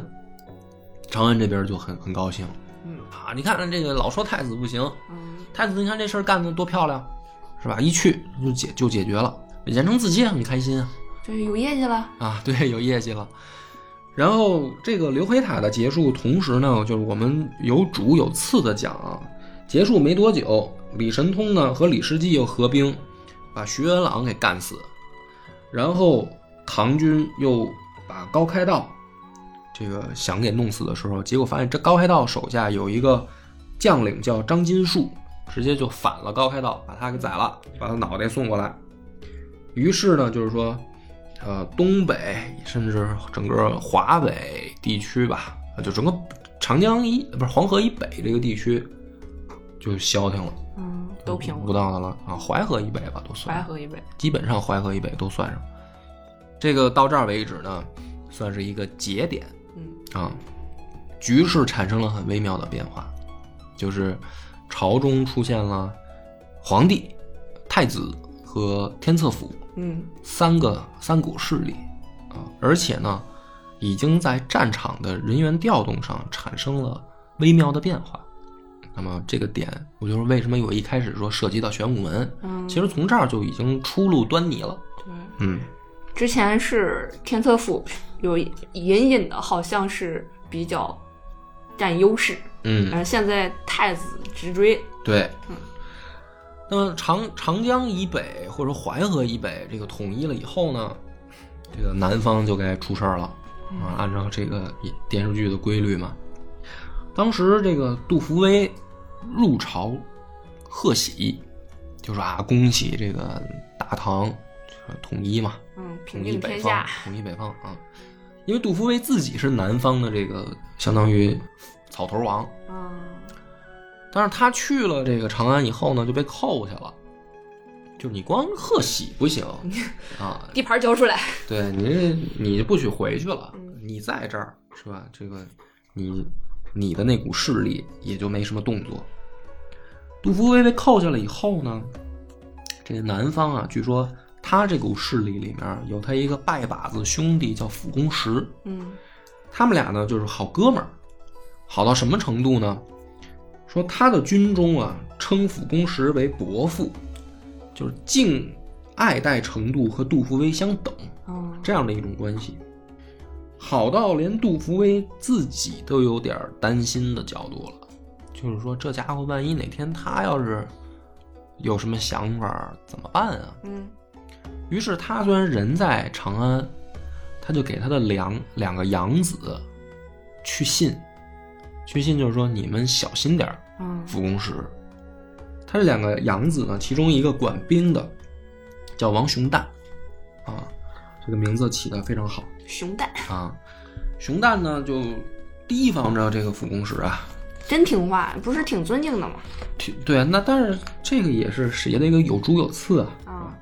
Speaker 1: 长安这边就很很高兴
Speaker 2: 嗯
Speaker 1: 啊！你看这个老说太子不行，
Speaker 2: 嗯
Speaker 1: 太子，你看这事儿干的多漂亮，是吧？一去就解就解决了，李建成自己也很开心啊
Speaker 2: 就是有业绩了。
Speaker 1: 啊， 对，有业绩了。然后这个刘黑塔的结束，同时呢，就是我们有主有次的讲啊，结束没多久，李神通呢和李世济又合兵，把徐元朗给干死，然后唐军又把高开道这个想给弄死的时候，结果发现这高开道手下有一个将领叫张金树，直接就反了高开道，把他给宰了，把他脑袋送过来。于是呢，就是说，呃，东北甚至整个华北地区吧，呃就整个长江以不是黄河以北这个地区就消停了，
Speaker 2: 嗯，都平
Speaker 1: 不
Speaker 2: 了。
Speaker 1: 当的了啊，淮河以北吧都算
Speaker 2: 白喝一杯。
Speaker 1: 基本上淮河以北都算上。这个到这儿为止呢，算是一个节点
Speaker 2: 嗯
Speaker 1: 啊，局势产生了很微妙的变化，就是朝中出现了皇帝、太子和天策府
Speaker 2: 嗯
Speaker 1: 三个三股势力啊，而且呢，已经在战场的人员调动上产生了微妙的变化。那么这个点，我就是为什么我一开始说涉及到玄武门，
Speaker 2: 嗯，
Speaker 1: 其实从这儿就已经初露端倪了。
Speaker 2: 对。
Speaker 1: 嗯，
Speaker 2: 之前是天策府有隐隐的，好像是比较占优势，
Speaker 1: 嗯，
Speaker 2: 嗯，现在太子直追，
Speaker 1: 对
Speaker 2: 嗯。
Speaker 1: 那么长长江以北或者淮河以北这个统一了以后呢，这个南方就该出事儿了啊！按照这个电视剧的规律嘛，当时这个杜伏威入朝贺喜，就说啊，恭喜这个大唐就是统一嘛，
Speaker 2: 嗯，平
Speaker 1: 统一
Speaker 2: 定
Speaker 1: 北
Speaker 2: 天
Speaker 1: 方
Speaker 2: 下，，
Speaker 1: 统一北方啊。因为杜伏威自己是南方的这个相当于草头王，
Speaker 2: 嗯
Speaker 1: 但是他去了这个长安以后呢，就被扣下了。就是你光贺喜不行啊，
Speaker 2: 地盘交出来，
Speaker 1: 对你这你不许回去了
Speaker 2: 嗯，
Speaker 1: 你在这儿是吧？这个你你的那股势力也就没什么动作。杜伏威被扣下了以后呢，这个南方啊，据说他这股势力里面有他一个拜把子兄弟叫辅公时，
Speaker 2: 嗯
Speaker 1: 他们俩呢就是好哥们儿，好到什么程度呢？说他的军中啊，称辅公时为伯父，就是敬爱戴程度和杜伏威相等
Speaker 2: 嗯
Speaker 1: 这样的一种关系，好到连杜伏威自己都有点担心的角度了，就是说这家伙万一哪天他要是有什么想法怎么办啊？
Speaker 2: 嗯
Speaker 1: 于是他虽然人在长安，他就给他的两两个养子去信，去信就是说你们小心点儿，
Speaker 2: 嗯
Speaker 1: 傅公时。他这两个养子呢，其中一个管兵的叫王熊旦，啊，这个名字起得非常好
Speaker 2: 熊蛋
Speaker 1: 啊。熊旦呢就提防着这个傅公时啊，
Speaker 2: 真听话，不是挺尊敬的吗？
Speaker 1: 挺对啊，那但是这个也是谁的一个有猪有刺啊。
Speaker 2: 啊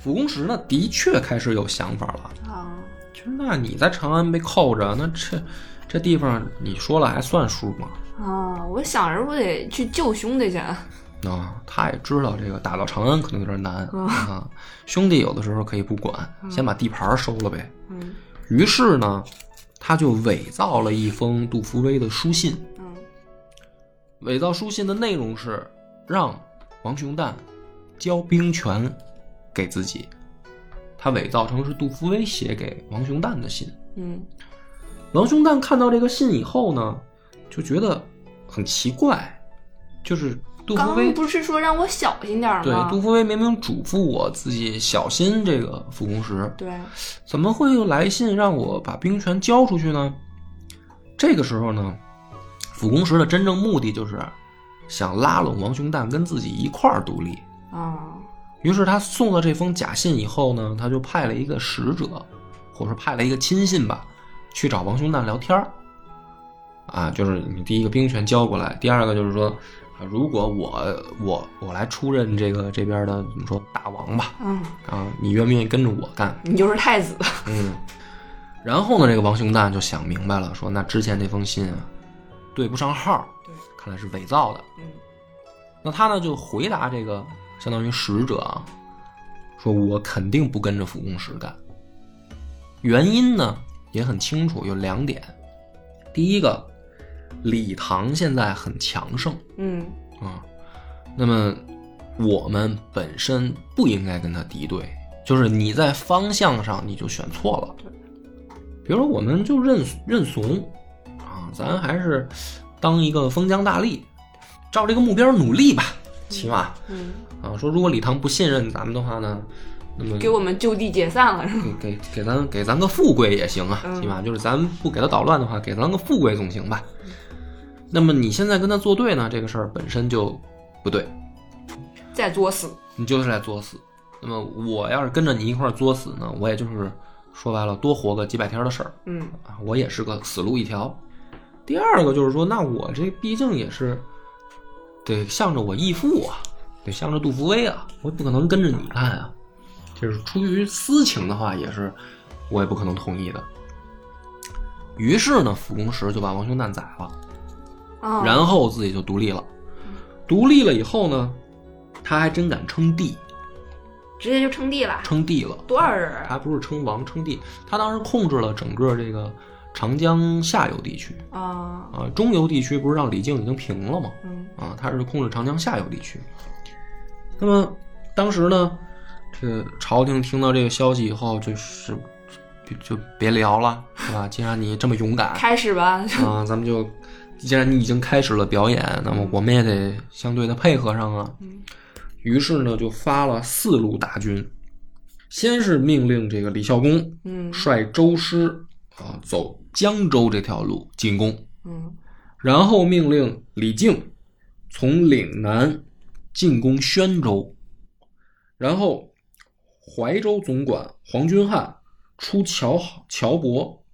Speaker 1: 傅公时呢的确开始有想法了。
Speaker 2: 啊，
Speaker 1: 其实那你在长安被扣着，那这这地方你说了还算数吗？
Speaker 2: 啊！我想着我得去救兄弟去。
Speaker 1: 啊、他也知道这个打到长安可能有点难、啊，兄弟有的时候可以不管，先把地盘儿收了呗。
Speaker 2: 嗯
Speaker 1: 于是呢，他就伪造了一封杜伏威的书信，
Speaker 2: 嗯
Speaker 1: 伪造书信的内容是让王熊旦交兵权给自己，他伪造成是杜伏威写给王熊旦的信。
Speaker 2: 嗯
Speaker 1: 王熊旦看到这个信以后呢，就觉得很奇怪，就是杜
Speaker 2: 刚
Speaker 1: 伏威
Speaker 2: 刚不是说让我小心点儿
Speaker 1: 对
Speaker 2: 吗？
Speaker 1: 杜伏威明明嘱咐我自己小心这个傅公时，
Speaker 2: 对，
Speaker 1: 怎么会又来信让我把兵权交出去呢？这个时候呢，傅公时的真正目的就是想拉拢王熊旦跟自己一块儿独立。
Speaker 2: 啊
Speaker 1: 于是他送了这封假信以后呢，他就派了一个使者，或者说派了一个亲信吧，去找王熊旦聊天儿。啊，就是你第一个兵权交过来，第二个就是说，啊如果我我我来出任这个这边的怎么说大王吧，
Speaker 2: 嗯，
Speaker 1: 啊，你愿不愿意跟着我干？
Speaker 2: 你就是太子。
Speaker 1: 嗯。然后呢，这个王熊旦就想明白了，说那之前那封信啊，对不上号，
Speaker 2: 对，
Speaker 1: 看来是伪造的。
Speaker 2: 嗯
Speaker 1: 那他呢就回答这个相当于使者啊，说我肯定不跟着府公时干。原因呢也很清楚，有两点。第一个，李唐现在很强盛
Speaker 2: 嗯
Speaker 1: 啊、那么我们本身不应该跟他敌对，就是你在方向上你就选错了。
Speaker 2: 对
Speaker 1: 比如说我们就认认怂啊，咱还是当一个封疆大吏，照这个目标努力吧，起码
Speaker 2: 嗯，
Speaker 1: 啊，说如果李唐不信任咱们的话呢，那么
Speaker 2: 给我们就地解散了是 吗？
Speaker 1: 给给给咱给咱个富贵也行啊，
Speaker 2: 嗯
Speaker 1: 起码就是咱不给他捣乱的话，给咱个富贵总行吧。
Speaker 2: 嗯
Speaker 1: 那么你现在跟他作对呢，这个事儿本身就不对，
Speaker 2: 再作死。
Speaker 1: 你就是来作死。那么我要是跟着你一块儿作死呢，我也就是说白了多活个几百天的事儿。
Speaker 2: 嗯
Speaker 1: 啊，我也是个死路一条。第二个就是说，那我这毕竟也是得向着我义父啊，得向着杜伏威啊，我也不可能跟着你干啊。就是出于私情的话，也是我也不可能同意的。于是呢，傅公时就把王兄旦宰了，
Speaker 2: 啊，
Speaker 1: 然后自己就独立了。独立了以后呢，他还真敢称帝，
Speaker 2: 直接就称帝了，
Speaker 1: 称帝了。
Speaker 2: 多少人啊？
Speaker 1: 还不是称王称帝，他当时控制了整个这个长江下游地区，
Speaker 2: 啊，
Speaker 1: 啊，中游地区不是让李靖已经平了吗？
Speaker 2: 嗯
Speaker 1: 啊，他是控制长江下游地区。那么当时呢，这个朝廷听到这个消息以后，就是就就别聊了，是吧？既然你这么勇敢
Speaker 2: 开始吧。
Speaker 1: 啊，咱们就既然你已经开始了表演，那么我们也得相对的配合上啊。
Speaker 2: 嗯
Speaker 1: 于是呢，就发了四路大军，先是命令这个李孝恭
Speaker 2: 嗯
Speaker 1: 率周师啊走江州这条路进攻。
Speaker 2: 嗯
Speaker 1: 然后命令李靖从岭南进攻宣州，然后怀州总管黄君汉出乔乔伯，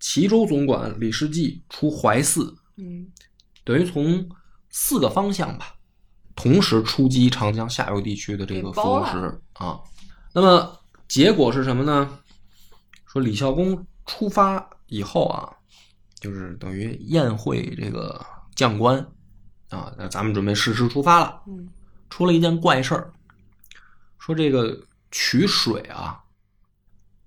Speaker 1: 齐州总管李世济出怀寺，
Speaker 2: 嗯
Speaker 1: 等于从四个方向吧，同时出击长江下游地区的这个
Speaker 2: 给
Speaker 1: 伏
Speaker 2: 包
Speaker 1: 龙
Speaker 2: 了
Speaker 1: 石啊。那么结果是什么呢？说李孝恭出发以后啊，就是等于宴会这个将官啊，那咱们准备誓师出发了。
Speaker 2: 嗯，
Speaker 1: 出了一件怪事儿，说这个取水啊，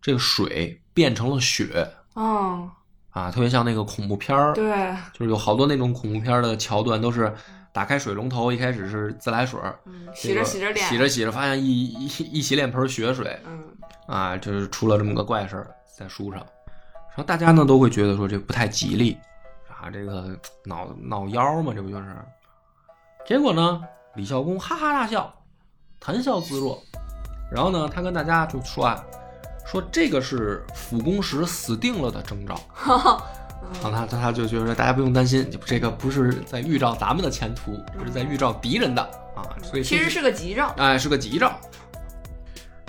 Speaker 1: 这个水变成了雪
Speaker 2: 哦，
Speaker 1: 啊，特别像那个恐怖片儿，
Speaker 2: 对，
Speaker 1: 就是有好多那种恐怖片儿的桥段都是打开水龙头，一开始是自来水儿，
Speaker 2: 嗯，
Speaker 1: 这
Speaker 2: 洗着
Speaker 1: 个
Speaker 2: 洗着脸，
Speaker 1: 洗着洗着发现一一一洗脸盆儿血水
Speaker 2: 嗯
Speaker 1: 啊，就是出了这么个怪事儿在书上，然后大家呢都会觉得说这不太吉利啊，这个闹闹妖嘛，这不就是？结果呢，李孝恭哈哈大笑，谈笑自若，然后呢，他跟大家就说啊，说这个是辅公时死定了的征兆。然后他他他就觉得大家不用担心，这个不是在预兆咱们的前途，不是在预兆敌人的啊，所以
Speaker 2: 其
Speaker 1: 这
Speaker 2: 实是个吉兆，
Speaker 1: 哎，是个吉兆。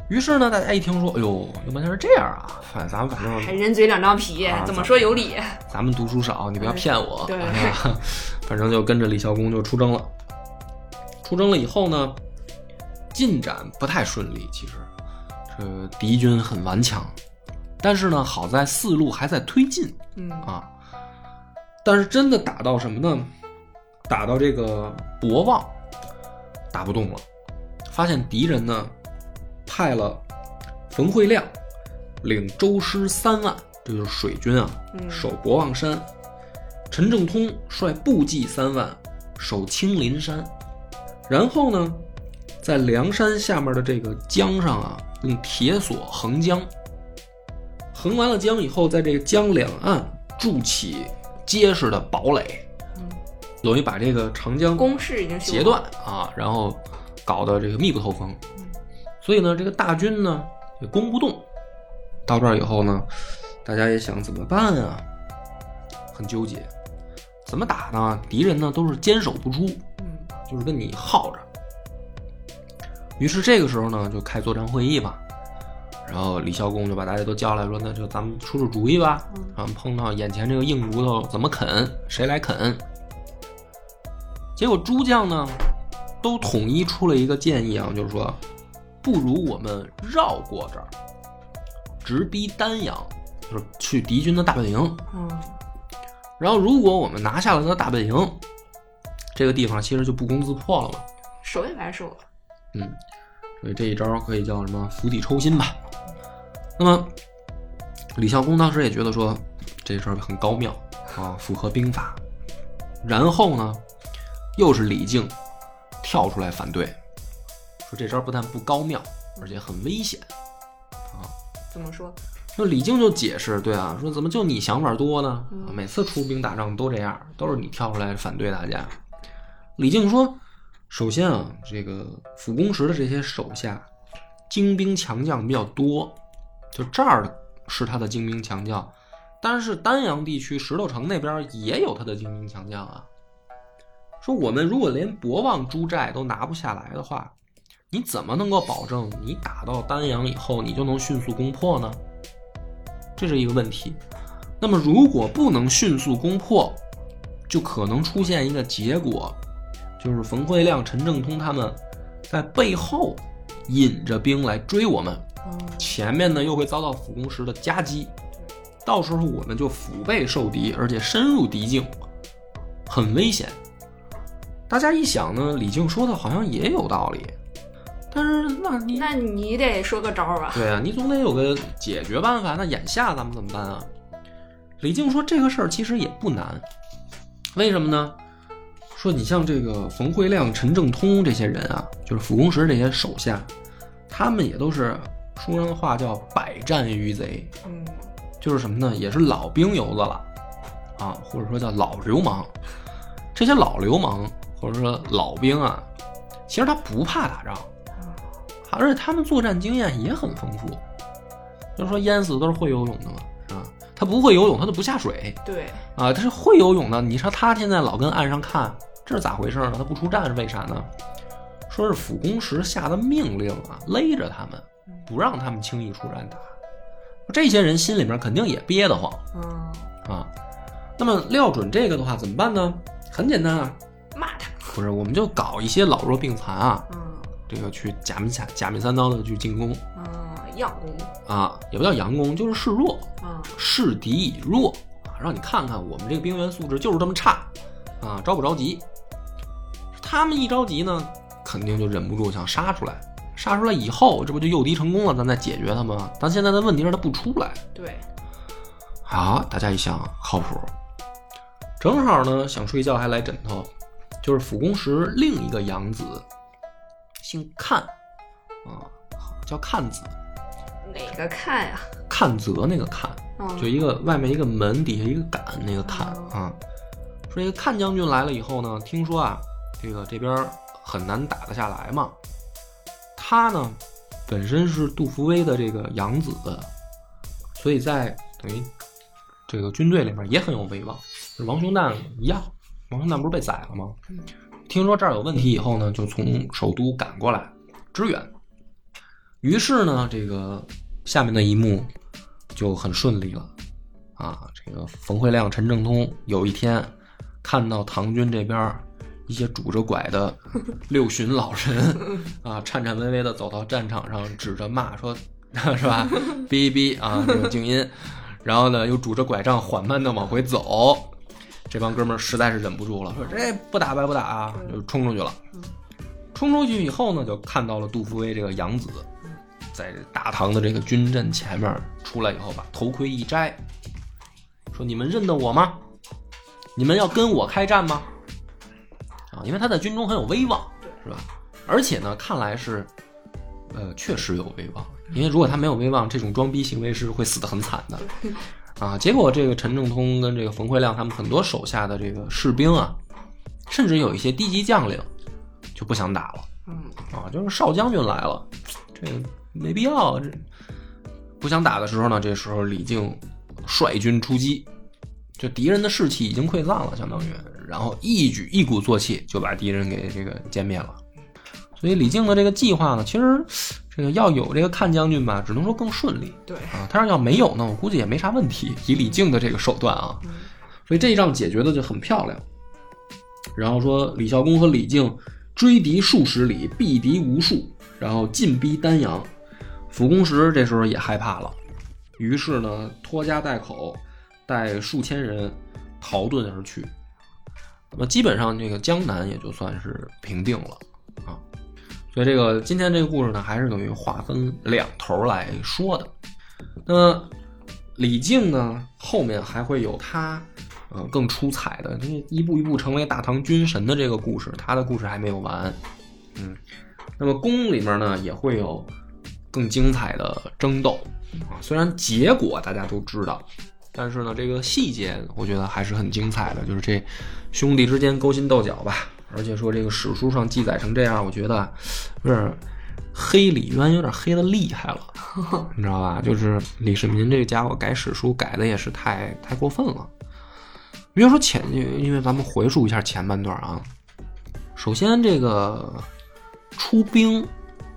Speaker 1: 于是呢，大家一听说，哎呦，要不然是这样啊，反正咱们反
Speaker 2: 还
Speaker 1: 正
Speaker 2: 人嘴两张皮
Speaker 1: 啊，
Speaker 2: 怎么说有理？
Speaker 1: 咱们读书少，你不要骗我，
Speaker 2: 对
Speaker 1: 是吧？ 反正就跟着李孝恭就出征了。出征了以后呢，进展不太顺利，其实这敌军很顽强，但是呢，好在四路还在推进
Speaker 2: 嗯
Speaker 1: 啊。但是真的打到什么呢？打到这个博望，打不动了。发现敌人呢派了冯惠亮领周师三万，这就是水军啊，
Speaker 2: 嗯
Speaker 1: 守博望山；陈正通率部骑三万守青林山。然后呢，在梁山下面的这个江上啊，用铁索横江，横完了江以后，在这个江两岸筑起结实的堡垒，等于把这个长江
Speaker 2: 嗯公式已经修
Speaker 1: 截
Speaker 2: 好
Speaker 1: 断，啊，然后搞得这个密不透风。所以呢，这个大军呢也攻不动。到这儿以后呢，大家也想怎么办啊？很纠结，怎么打呢？敌人呢都是坚守不出，
Speaker 2: 嗯
Speaker 1: 就是跟你耗着。于是这个时候呢，就开作战会议吧。然后李孝恭就把大家都叫来说：“那就咱们出出主意吧。
Speaker 2: 嗯
Speaker 1: 然后碰到眼前这个硬骨头，怎么啃？谁来啃？”结果诸将呢，都统一出了一个建议啊，就是说，不如我们绕过这儿，直逼丹阳，就是去敌军的大本营。
Speaker 2: 嗯
Speaker 1: 然后，如果我们拿下了他的大本营，这个地方其实就不攻自破了嘛。
Speaker 2: 手也白手了，
Speaker 1: 嗯，所以这一招可以叫什么釜底抽薪吧。那么李孝恭当时也觉得说这事儿很高妙啊，符合兵法。然后呢，又是李靖跳出来反对，说这招不但不高妙，而且很危险。
Speaker 2: 怎么说？
Speaker 1: 那李靖就解释，对啊，说怎么就你想法多呢？啊
Speaker 2: 嗯
Speaker 1: 每次出兵打仗都这样，都是你跳出来反对大家。李靖说，首先啊，这个辅公时的这些手下精兵强将比较多，就这儿是他的精兵强将，但是丹阳地区石头城那边也有他的精兵强将啊。说我们如果连博望朱寨都拿不下来的话，你怎么能够保证你打到丹阳以后，你就能迅速攻破呢？这是一个问题。那么如果不能迅速攻破，就可能出现一个结果，就是冯惠亮、陈正通他们在背后引着兵来追我们，
Speaker 2: 嗯
Speaker 1: 前面呢又会遭到辅攻时的夹击，到时候我们就腹背受敌，而且深入敌境，很危险。大家一想呢，李靖说的好像也有道理，但是那你
Speaker 2: 那你得说个招儿吧？
Speaker 1: 对啊，你总得有个解决办法。那眼下咱们怎么办啊？李靖说这个事儿其实也不难，为什么呢？说你像这个冯惠亮、陈正通这些人啊，就是辅公时这些手下，他们也都是书上的话叫百战于贼，
Speaker 2: 嗯
Speaker 1: 就是什么呢？也是老兵油子了啊，或者说叫老流氓。这些老流氓或者说老兵啊，其实他不怕打仗，而且他们作战经验也很丰富。就是说淹死都是会游泳的嘛，是吧？他不会游泳，他就不下水
Speaker 2: 对，
Speaker 1: 啊。他是会游泳的，你说他现在老跟岸上看，这是咋回事呢？他不出战是为啥呢？说是辅公时下的命令啊，勒着他们，不让他们轻易出战打。这些人心里面肯定也憋得慌
Speaker 2: 嗯，
Speaker 1: 啊。那么料准这个的话怎么办呢？很简单啊，
Speaker 2: 骂他，
Speaker 1: 不是，我们就搞一些老弱病残啊，
Speaker 2: 嗯
Speaker 1: 这个去假迷假假迷三刀的去进攻
Speaker 2: 嗯，养工
Speaker 1: 啊，也不叫佯攻，就是示弱，
Speaker 2: 啊，
Speaker 1: 示敌以弱啊，让你看看我们这个兵员素质就是这么差啊，着不着急？他们一着急呢，肯定就忍不住想杀出来，杀出来以后，这不就诱敌成功了？咱再解决他们吗？但现在的问题是他不出来
Speaker 2: 对，
Speaker 1: 啊！大家一想，靠谱，正好呢，想睡觉还来枕头，就是辅公时另一个养子，姓看啊，叫看子，
Speaker 2: 哪个看呀？
Speaker 1: 看泽那个看。
Speaker 2: 嗯，
Speaker 1: 就一个外面一个门，底下一个杆，那个看啊。说这个看将军来了以后呢，听说啊，这个这边很难打得下来嘛。他呢，本身是杜伏威的这个养子，所以在等于这个军队里面也很有威望，是王熊旦一样。王熊旦不是被宰了吗
Speaker 2: 嗯？
Speaker 1: 听说这儿有问题以后呢，就从首都赶过来支援。于是呢，这个下面的一幕就很顺利了。啊，这个冯慧亮、陈正通有一天看到唐军这边儿一些拄着拐的六旬老人啊，颤颤巍巍的走到战场上，指着骂说， 是吧？哔哔啊，这个静音，然后呢又拄着拐杖缓慢的往回走。这帮哥们儿实在是忍不住了，说这不打白不打啊，就冲出去了。冲出去以后呢，就看到了杜伏威这个养子，在大唐的这个军阵前面出来以后，把头盔一摘，说：“你们认得我吗？你们要跟我开战吗？”啊，因为他在军中很有威望，是吧？而且呢，看来是，呃，确实有威望。因为如果他没有威望，这种装逼行为是会死得很惨的。啊，结果这个陈正通跟这个冯慧亮他们很多手下的这个士兵啊，甚至有一些低级将领就不想打了。
Speaker 2: 嗯
Speaker 1: 啊，就是少将军来了，这没必要。这不想打的时候呢，这时候李靖率军出击，就敌人的士气已经溃散了，相当于，然后一举一鼓作气就把敌人给这个歼灭了。所以李靖的这个计划呢，其实这个要有这个看将军吧，只能说更顺利
Speaker 2: 对，
Speaker 1: 啊。但是要没有呢，我估计也没啥问题，以李靖的这个手段啊，
Speaker 2: 嗯
Speaker 1: 所以这一仗解决的就很漂亮。然后说李孝恭和李靖追敌数十里，毙敌无数，然后进逼丹阳。辅公时这时候也害怕了，于是呢拖家带口，带数千人逃遁而去。那么基本上这个江南也就算是平定了啊。所以这个今天这个故事呢，还是等于划分两头来说的。那李靖呢，后面还会有他，呃，更出彩的，就是一步一步成为大唐军神的这个故事，他的故事还没有完。嗯，那么宫里面呢，也会有更精彩的争斗啊。虽然结果大家都知道，但是呢，这个细节我觉得还是很精彩的，就是这兄弟之间勾心斗角吧。而且说这个史书上记载成这样，我觉得啊有点黑李渊有点黑的厉害了。你知道吧？就是李世民这个家伙改史书改的也是太太过分了。比如说前，因为咱们回溯一下前半段啊，首先这个出兵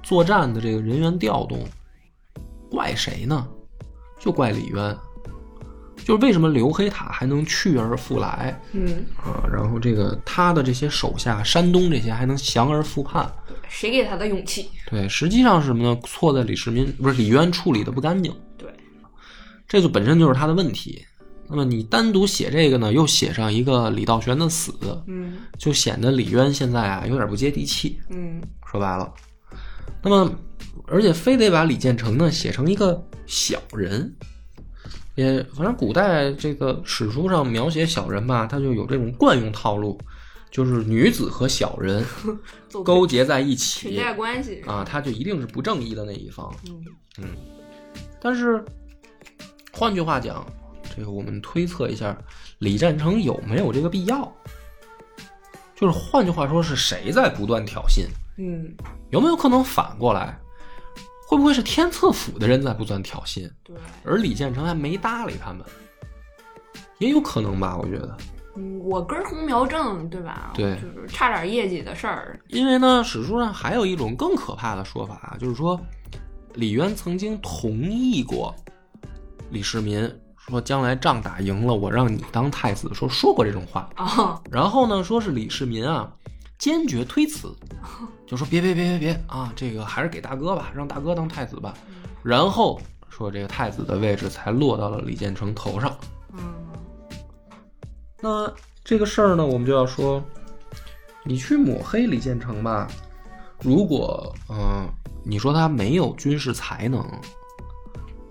Speaker 1: 作战的这个人员调动，怪谁呢？就怪李渊。就是为什么刘黑塔还能去而复来
Speaker 2: 嗯，
Speaker 1: 啊？然后这个他的这些手下，山东这些还能降而复叛，
Speaker 2: 谁给他的勇气？
Speaker 1: 对，实际上是什么呢？错在李世民不是李渊处理的不干净。
Speaker 2: 对，
Speaker 1: 这就本身就是他的问题。那么你单独写这个呢，又写上一个李道玄的死，
Speaker 2: 嗯
Speaker 1: 就显得李渊现在啊有点不接地气。
Speaker 2: 嗯
Speaker 1: 说白了，那么而且非得把李建成呢写成一个小人，也反正古代这个史书上描写小人吧，他就有这种惯用套路，就是女子和小 人
Speaker 2: 做
Speaker 1: 勾结在一
Speaker 2: 裙
Speaker 1: 起
Speaker 2: 带关系，
Speaker 1: 啊，他就一定是不正义的那一方。
Speaker 2: 嗯
Speaker 1: 但是，换句话讲，这个我们推测一下，李占成有没有这个必要？就是换句话说，是谁在不断挑衅？
Speaker 2: 嗯，
Speaker 1: 有没有可能反过来？会不会是天策府的人在不断挑衅，
Speaker 2: 对，
Speaker 1: 而李建成还没搭理他们？也有可能吧，我觉得。
Speaker 2: 嗯，我根红苗正，对吧？
Speaker 1: 对
Speaker 2: 就是差点业绩的事儿，
Speaker 1: 因为呢，史书上还有一种更可怕的说法啊，就是说李渊曾经同意过李世民说，将来仗打赢了，我让你当太子，说说过这种话。
Speaker 2: 啊，
Speaker 1: 然后呢，说是李世民啊，坚决推辞，就说别别别别别啊，这个还是给大哥吧，让大哥当太子吧。然后说这个太子的位置才落到了李建成头上。
Speaker 2: 嗯
Speaker 1: 那这个事儿呢，我们就要说，你去抹黑李建成吧。如果嗯、你说他没有军事才能，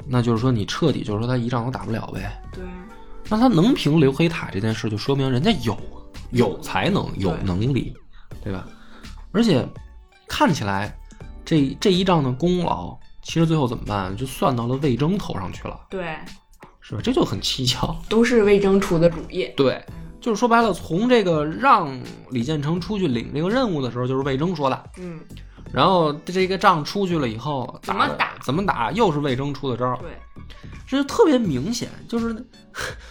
Speaker 1: 那就是说你彻底就是说他一仗都打不了呗。
Speaker 2: 对，
Speaker 1: 那他能平刘黑塔这件事，就说明人家有有才能、有
Speaker 2: 对
Speaker 1: 能力，对吧？而且看起来这这一仗的功劳，其实最后怎么办？就算到了魏征头上去了，
Speaker 2: 对，
Speaker 1: 是吧？这就很蹊跷。
Speaker 2: 都是魏征出的主意。
Speaker 1: 对，就是说白了，从这个让李建成出去领这个任务的时候，就是魏征说的。
Speaker 2: 嗯，
Speaker 1: 然后这个仗出去了以后，
Speaker 2: 怎么
Speaker 1: 的
Speaker 2: 打
Speaker 1: 怎么打，又是魏征出的招儿。
Speaker 2: 对，
Speaker 1: 这就特别明显，就是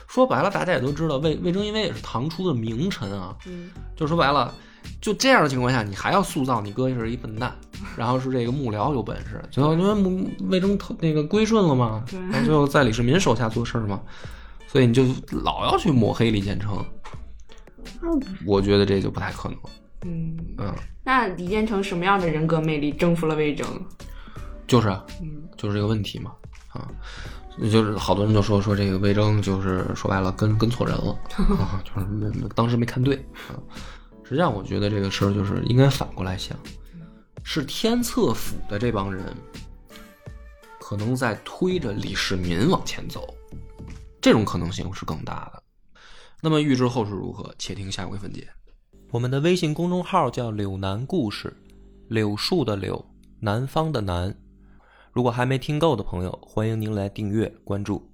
Speaker 1: 说白了，大家也都知道，魏魏征因为也是唐初的名臣啊，
Speaker 2: 嗯
Speaker 1: 就说白了，就这样的情况下，你还要塑造你哥是一笨蛋，然后是这个幕僚有本事，最后因为幕魏征投那个归顺了嘛，
Speaker 2: 对
Speaker 1: 然后最后在李世民手下做事嘛，所以你就老要去抹黑李建成，那我觉得这就不太可能，
Speaker 2: 嗯，
Speaker 1: 嗯，
Speaker 2: 那李建成什么样的人格魅力征服了魏征？
Speaker 1: 就是啊
Speaker 2: 嗯
Speaker 1: 就是这个问题嘛，啊，就是好多人就说说这个魏征就是说白了跟跟错人了，啊， 就是没没当时没看对啊。实际上，我觉得这个事儿就是应该反过来想，是天策府的这帮人可能在推着李世民往前走，这种可能性是更大的。那么预知后事如何，且听下回分解。
Speaker 3: 我们的微信公众号叫“柳南故事”，柳树的柳，南方的南。如果还没听够的朋友，欢迎您来订阅关注。